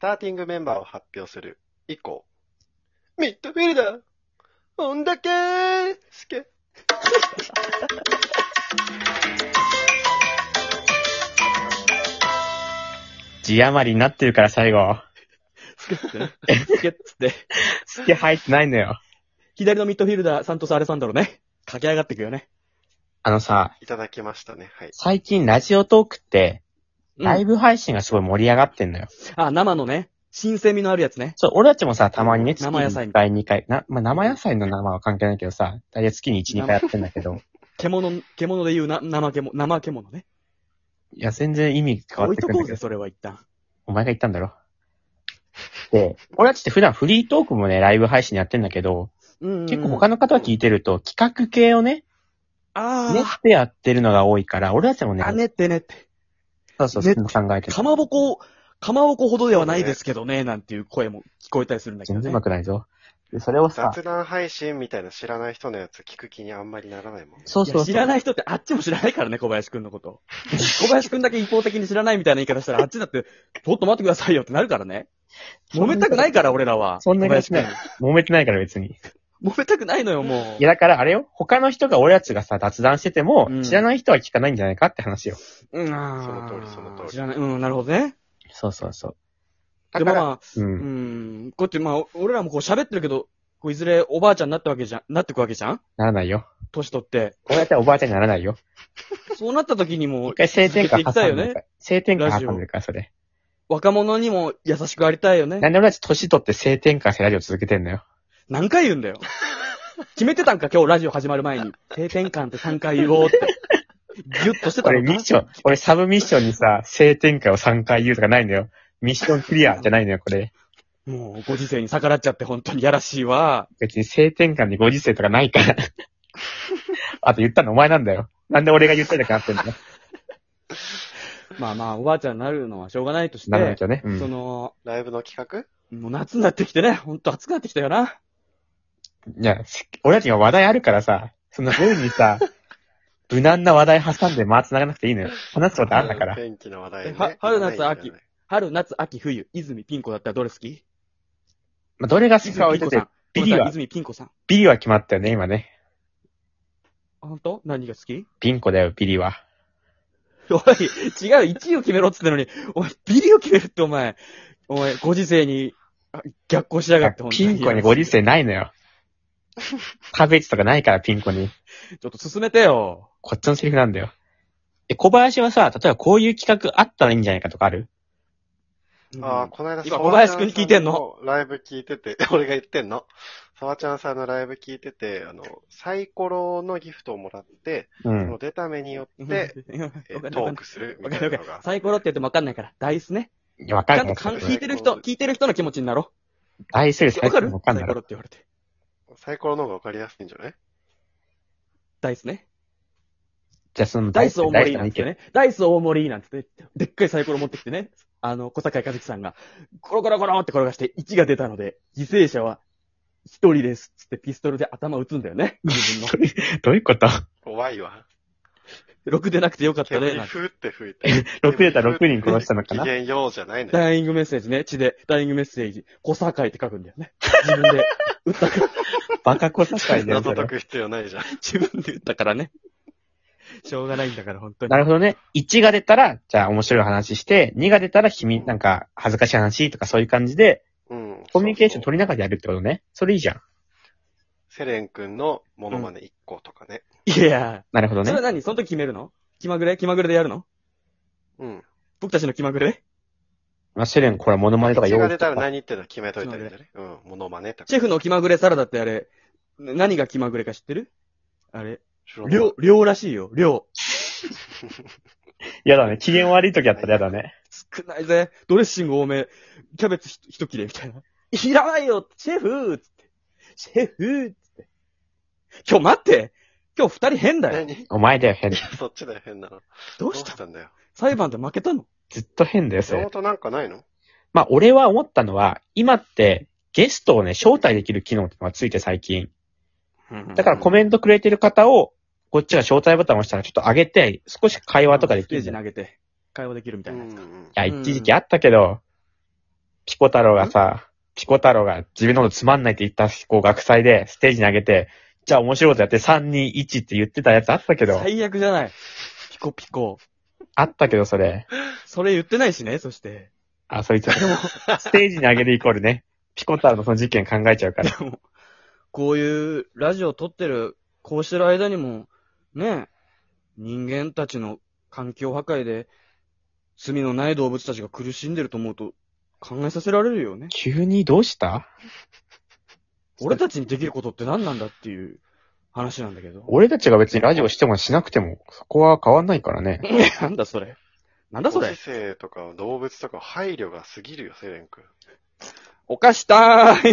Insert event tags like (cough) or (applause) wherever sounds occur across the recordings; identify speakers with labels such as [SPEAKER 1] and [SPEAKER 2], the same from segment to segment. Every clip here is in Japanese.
[SPEAKER 1] ターティングメンバーを発表する。以降。ミッドフィルダー本田圭介
[SPEAKER 2] 字余りになってるから最後。
[SPEAKER 3] スケッツね。スケッツって。
[SPEAKER 2] 好き入ってないのよ。
[SPEAKER 3] 左のミッドフィルダー、サントス・アレサンドロね。駆け上がっていくよね。
[SPEAKER 2] あのさ、
[SPEAKER 1] いただきましたね。はい。
[SPEAKER 2] 最近ラジオトークって、ライ
[SPEAKER 3] ブ。
[SPEAKER 2] ブ配信がすごい盛り上がってんのよ。
[SPEAKER 3] あ、生のね、新鮮味のあるやつね。
[SPEAKER 2] そう、俺たちもさ、たまにね、月に
[SPEAKER 3] 生野菜
[SPEAKER 2] 1回、2回、な、まあ、生野菜の生は関係ないけどさ、大体月に1、2回やってんだけど、
[SPEAKER 3] 獣、獣で言うな、生獣、生獣ね。
[SPEAKER 2] いや、全然意味変わ
[SPEAKER 3] 置
[SPEAKER 2] っ
[SPEAKER 3] い
[SPEAKER 2] て
[SPEAKER 3] と
[SPEAKER 2] くるん
[SPEAKER 3] こ
[SPEAKER 2] だけ
[SPEAKER 3] うぜ、
[SPEAKER 2] ど、
[SPEAKER 3] それは一旦。
[SPEAKER 2] お前が言ったんだろ。で、俺たちって普段フリートークもね、ライブ配信やってんだけど、
[SPEAKER 3] うん
[SPEAKER 2] 結構他の方は聞いてると、企画系をね、
[SPEAKER 3] あ
[SPEAKER 2] 練
[SPEAKER 3] ー
[SPEAKER 2] ってやってるのが多いから、俺たちもね
[SPEAKER 3] あ、、ねってねって。
[SPEAKER 2] そうそう、そういうの考えてる
[SPEAKER 3] か。まぼこ、かまぼこほどではないですけどね、なんていう声も聞こえたりするんだけど
[SPEAKER 2] 全然
[SPEAKER 3] ね
[SPEAKER 2] うま。くないぞ。で、それをさ、
[SPEAKER 1] 雑談配信みたいな知らない人のやつ聞く気にあんまりならないもんね。
[SPEAKER 2] そう
[SPEAKER 3] い
[SPEAKER 2] そうそ
[SPEAKER 3] や
[SPEAKER 2] う。
[SPEAKER 3] 知らない人ってあっちも知らないからね、小林くん
[SPEAKER 2] (laughs)
[SPEAKER 3] のこと。小林くんだけ一方的に知らないみたいな言い方したら、あっちだって、ちょっと待ってくださいよってなるからね。揉めたくないから、俺らは。
[SPEAKER 2] そんな感
[SPEAKER 3] 小林
[SPEAKER 2] じ
[SPEAKER 3] くん
[SPEAKER 2] ない。揉めてないから別に。い
[SPEAKER 3] 揉めたくないのよ、もう。
[SPEAKER 2] や、だからあれよ。他の人が俺たちがさ、雑談してても、
[SPEAKER 3] うん
[SPEAKER 2] 知らない人は聞かないんじゃないかって話よ。
[SPEAKER 3] うん、
[SPEAKER 1] その通りその通り
[SPEAKER 3] 知らない。うん、なるほどね。
[SPEAKER 2] そうそうそう。
[SPEAKER 3] で、
[SPEAKER 2] だか
[SPEAKER 3] まあ
[SPEAKER 2] ら
[SPEAKER 3] まあ、
[SPEAKER 2] う。
[SPEAKER 3] うんん、こっち、まあ、お俺らもこう喋ってるけど、こういずれおばあちゃんになったわけじゃん、なってくわけじゃん
[SPEAKER 2] ならないよ。
[SPEAKER 3] 年取って。
[SPEAKER 2] こうやっておばあちゃんにならないよ。
[SPEAKER 3] そうなった時にも
[SPEAKER 2] 一、回性転換挟んでる
[SPEAKER 3] 聞いていきたいよ
[SPEAKER 2] から。性転換挟んでるから、それ。
[SPEAKER 3] 若者にも優しくありたいよ
[SPEAKER 2] な
[SPEAKER 3] ね。
[SPEAKER 2] んで俺たち年取って性転換してラジオ続けてんのよ。
[SPEAKER 3] 何回言うんだよ。決めてたんか、今日ラジオ始まる前に。定点換って3回言おうって。ギュッとしてた
[SPEAKER 2] 俺
[SPEAKER 3] の
[SPEAKER 2] ミ
[SPEAKER 3] か
[SPEAKER 2] ッション、俺サブミッションにさ、性転換を3回言うとかないのよ。ミッションクリアじゃないのよ、これ。
[SPEAKER 3] もう、ご時世に逆らっちゃって本当にやらしいわ。
[SPEAKER 2] 別に性転換でご時世とかない
[SPEAKER 3] (laughs)
[SPEAKER 2] から。あと言ったのお前なんだよ。なんで俺が言ってたかなってんだよ。
[SPEAKER 3] まあまあ、おばあちゃんになるのはしょうがないとして、
[SPEAKER 2] なるほどね。うん
[SPEAKER 3] その、
[SPEAKER 1] ライブの企
[SPEAKER 3] もう夏になってきてね、ほんと暑くなってきたよな。
[SPEAKER 2] いや、し俺たちが話題あるからさ、その分に
[SPEAKER 3] (laughs)
[SPEAKER 2] さ、無難な話題挟んで回つながなくていいのよ。話すこと
[SPEAKER 1] 画
[SPEAKER 2] あんだから。
[SPEAKER 1] 天気の話題、ね
[SPEAKER 3] は。春夏秋
[SPEAKER 1] いらない
[SPEAKER 3] 春、夏、秋、冬、泉ピン子だったらどれ好き
[SPEAKER 2] まあ、どれが好き
[SPEAKER 3] 泉
[SPEAKER 2] かは
[SPEAKER 3] ピ
[SPEAKER 2] 置いて
[SPEAKER 3] ン子さ
[SPEAKER 2] て
[SPEAKER 3] ん、。
[SPEAKER 2] ビリは
[SPEAKER 3] ごめんなさい泉ピン子さん。
[SPEAKER 2] ビリは決まったよね、今ね。
[SPEAKER 3] あ本当何が好き
[SPEAKER 2] ビンコだよ、ビリは。
[SPEAKER 3] おい、違う、1位を決めろっつってのに、お前、ビリを決めるってお前、お前、ご時世にあ逆行しやがって、ほんと
[SPEAKER 2] ピンコにご時世ないの
[SPEAKER 3] (laughs)
[SPEAKER 2] よ。差別とかないから、ピンコに。
[SPEAKER 3] ちょっと進めてよ。
[SPEAKER 2] こっちのセリフなんだよ。え、小林はさ、例えばこういう企画あったらいいんじゃないかとかある
[SPEAKER 3] うん
[SPEAKER 1] ああ、この間、
[SPEAKER 3] 今小林くんに聞いてん
[SPEAKER 1] 沢
[SPEAKER 3] の
[SPEAKER 1] ちゃさライブ聞いてて、俺が言ってんの。沢ちゃんさんのライブ聞いてて、あの、サイコロのギフトをもらって、
[SPEAKER 2] う
[SPEAKER 1] そ
[SPEAKER 2] ん
[SPEAKER 1] の。出た目によ
[SPEAKER 3] う
[SPEAKER 1] っ
[SPEAKER 3] ん
[SPEAKER 1] て、
[SPEAKER 3] わか
[SPEAKER 1] え
[SPEAKER 3] んないわかん
[SPEAKER 1] ト
[SPEAKER 3] な
[SPEAKER 1] ー
[SPEAKER 3] い
[SPEAKER 1] クする
[SPEAKER 3] (laughs) わ
[SPEAKER 1] み
[SPEAKER 3] か
[SPEAKER 1] た
[SPEAKER 3] んな
[SPEAKER 1] い
[SPEAKER 3] い
[SPEAKER 1] なの
[SPEAKER 3] わかんない
[SPEAKER 1] が。
[SPEAKER 3] サイコロって言ってもわかんないから、ダイスね。
[SPEAKER 2] いや、わ
[SPEAKER 3] ち
[SPEAKER 2] か
[SPEAKER 3] ゃん
[SPEAKER 2] るよ
[SPEAKER 3] とかん
[SPEAKER 1] わかん
[SPEAKER 3] 聞
[SPEAKER 1] ない
[SPEAKER 3] いてる人、聞いてる人の気持ちになろ
[SPEAKER 2] 大する
[SPEAKER 3] う。
[SPEAKER 2] 最
[SPEAKER 3] わか
[SPEAKER 2] 高
[SPEAKER 3] る
[SPEAKER 2] わかん
[SPEAKER 3] サ
[SPEAKER 2] な
[SPEAKER 3] イ
[SPEAKER 2] い
[SPEAKER 3] コロ。って言われて。
[SPEAKER 1] サイコロの方がわかりやすいんじゃない
[SPEAKER 3] ダイスね。
[SPEAKER 2] じゃあ、その
[SPEAKER 3] ダイス大盛り
[SPEAKER 2] じゃ
[SPEAKER 3] ないん
[SPEAKER 2] い
[SPEAKER 3] つっ
[SPEAKER 2] け
[SPEAKER 3] て
[SPEAKER 2] ど
[SPEAKER 3] ね。ダイス大盛りなんつって、でっかいサイコロ持ってきてね。あの、小坂井和樹さんが、コロコロコロって転がして1が出たので、犠牲者は1人です。つってピストルで頭打つんだよね。自分
[SPEAKER 2] どういうこと
[SPEAKER 1] 怖いわ。
[SPEAKER 3] の。6出なくてよかったね。
[SPEAKER 1] 煙
[SPEAKER 3] なんて
[SPEAKER 1] ふーって吹いて。
[SPEAKER 2] ?6 出たら6人殺したのか
[SPEAKER 1] 機
[SPEAKER 2] な
[SPEAKER 1] 嫌ようじゃないのよ。
[SPEAKER 3] ダイイングメッセージね。血で、ダイイングメッセージ。小坂井って書くんだよね。自分で打ったから、
[SPEAKER 2] バカ小坂井だよ、
[SPEAKER 1] 謎
[SPEAKER 2] それ
[SPEAKER 1] 解く必要ないじゃん。
[SPEAKER 3] (laughs) 自分で打ったからね。しょうがないんだから、本当に
[SPEAKER 2] な。るほどね。1が出たら、じゃあ面白い話して、2が出たら秘密、なんか恥ずかしい話とかそういう感じで、
[SPEAKER 1] うん。
[SPEAKER 2] コミュニケーシ
[SPEAKER 1] そうそ
[SPEAKER 2] ョン
[SPEAKER 1] う
[SPEAKER 2] 取りながらやるってことね。それいいじゃん。
[SPEAKER 1] セレン君のモノマネ1個とかね。
[SPEAKER 3] いやいや、
[SPEAKER 2] なるほど
[SPEAKER 3] それは
[SPEAKER 2] ね。
[SPEAKER 3] 何その時決めるの気まぐれ気まぐれでやるの
[SPEAKER 1] うん。
[SPEAKER 3] 僕たちの気まぐれ
[SPEAKER 2] まあ、セレン、これはモノマネとか
[SPEAKER 1] 血
[SPEAKER 2] 用
[SPEAKER 1] が
[SPEAKER 2] 意
[SPEAKER 1] 出
[SPEAKER 2] と
[SPEAKER 1] たら
[SPEAKER 2] か。
[SPEAKER 1] 何言ってるの決めといたらいいんじゃないうん。モノマネとか。
[SPEAKER 3] シェフの気まぐれサラダってあれ、な何が気まぐれか知ってるあれ、
[SPEAKER 1] 白の
[SPEAKER 3] 量、量らしいよ、量。
[SPEAKER 2] やだね。機嫌悪い時やったらやだね。
[SPEAKER 3] 少ないぜ。ドレッシング多め、キャベツひ一切れみたいな。いらないよシェフつって。シェフつって。今日待って今日二人変だよ。
[SPEAKER 1] 何 (laughs)
[SPEAKER 2] お前だよ、変。ず
[SPEAKER 1] そっちだよ、変なの。
[SPEAKER 3] ど
[SPEAKER 1] どう
[SPEAKER 3] うし
[SPEAKER 1] したたんだよ。
[SPEAKER 3] 裁判で負けたの
[SPEAKER 2] っと変だよ、そ
[SPEAKER 1] 地
[SPEAKER 2] れ。
[SPEAKER 1] 元なんかないの
[SPEAKER 2] まあ、俺は思ったのは、今って、ゲストをね、招待できる機能ってのがついて最近。だからコメントくれてる方を、こっちが招待ボタンを押したらちょっと上げて、少し会話とかで
[SPEAKER 3] ス
[SPEAKER 2] き
[SPEAKER 3] テー
[SPEAKER 2] る
[SPEAKER 3] ジ
[SPEAKER 2] じゃん。い
[SPEAKER 3] 投げて、会話できるみたいなやつ。
[SPEAKER 1] ん。
[SPEAKER 2] や、一時期あったけど、ピコ太郎がさ、ピコ太郎が自分のことつまんないって言ったこう学祭でステージに上げて、じゃあ面白いことやって3、2、1って言ってたやつあったけど、
[SPEAKER 3] 最悪じゃない。ピコピコ。
[SPEAKER 2] あったけどそれ。
[SPEAKER 3] それ言ってないしね、そして。
[SPEAKER 2] あ、そいつ。でも、ステージに上げるイコールね、ピコ太郎のその事件考えちゃうから。
[SPEAKER 3] こういうラジオ撮ってる、こうしてる間にも、ねえ、人間たちの環境破壊で、罪のない動物たちが苦しんでると思うと、考えさせられるよね。
[SPEAKER 2] 急にどうした
[SPEAKER 3] 俺たちにできることって何なんだっていう話なんだけど。
[SPEAKER 2] 俺たちが別にラジオしてもしなくても、そこは変わんないからね。
[SPEAKER 3] なんだそれ。なんだそ
[SPEAKER 1] ご
[SPEAKER 3] れ
[SPEAKER 1] 時。世とか動物とか配慮が過ぎるよ、セレン君。
[SPEAKER 3] お菓子タ (laughs)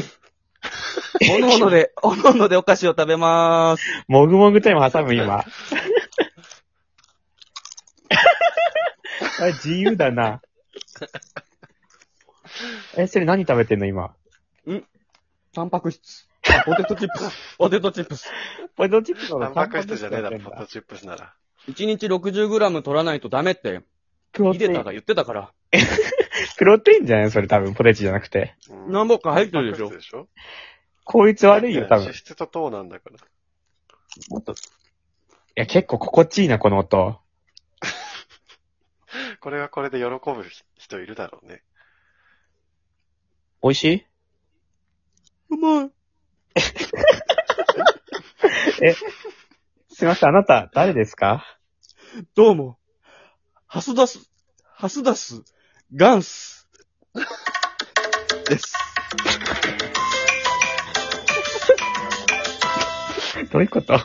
[SPEAKER 3] イムおのおので、おのおのでお菓子を食べまーす。
[SPEAKER 2] もぐもぐタイム挟む今。 (laughs) あれ自由だ (laughs) な。え、それ何食べてんの今。
[SPEAKER 3] タンパク質。あポテトチップス。 (laughs) ポテトチップス。
[SPEAKER 2] ポテトチップスの
[SPEAKER 1] タンパク質じゃねえだろ、
[SPEAKER 2] タン
[SPEAKER 1] ポ
[SPEAKER 2] パ
[SPEAKER 1] テ
[SPEAKER 2] ク
[SPEAKER 1] ト
[SPEAKER 2] 質
[SPEAKER 1] チップスなら。
[SPEAKER 3] 1日 60g 取らないとダメって、
[SPEAKER 2] プロ
[SPEAKER 3] ヒデ
[SPEAKER 2] テイ
[SPEAKER 3] タが
[SPEAKER 2] ン。
[SPEAKER 3] 言ってたから。
[SPEAKER 2] プロテインじゃないそれ多分、ポテチじゃなくて。
[SPEAKER 1] うん
[SPEAKER 3] 何本か入ってるでし
[SPEAKER 1] タンパク質でしょ
[SPEAKER 2] こいつ悪いよ、
[SPEAKER 1] (laughs)
[SPEAKER 2] 多分。
[SPEAKER 1] 脂
[SPEAKER 2] い
[SPEAKER 1] 質と糖なんだから。
[SPEAKER 3] ょ。もっと、
[SPEAKER 2] や、結構心地いいな、この音。
[SPEAKER 1] これはこれで喜ぶ人いるだろうね。
[SPEAKER 2] 美味しいう
[SPEAKER 3] まい。
[SPEAKER 2] すいません、あなた、誰ですか
[SPEAKER 3] どうも。ハスダス、ハスダス、ガンス。です。
[SPEAKER 2] どういうこと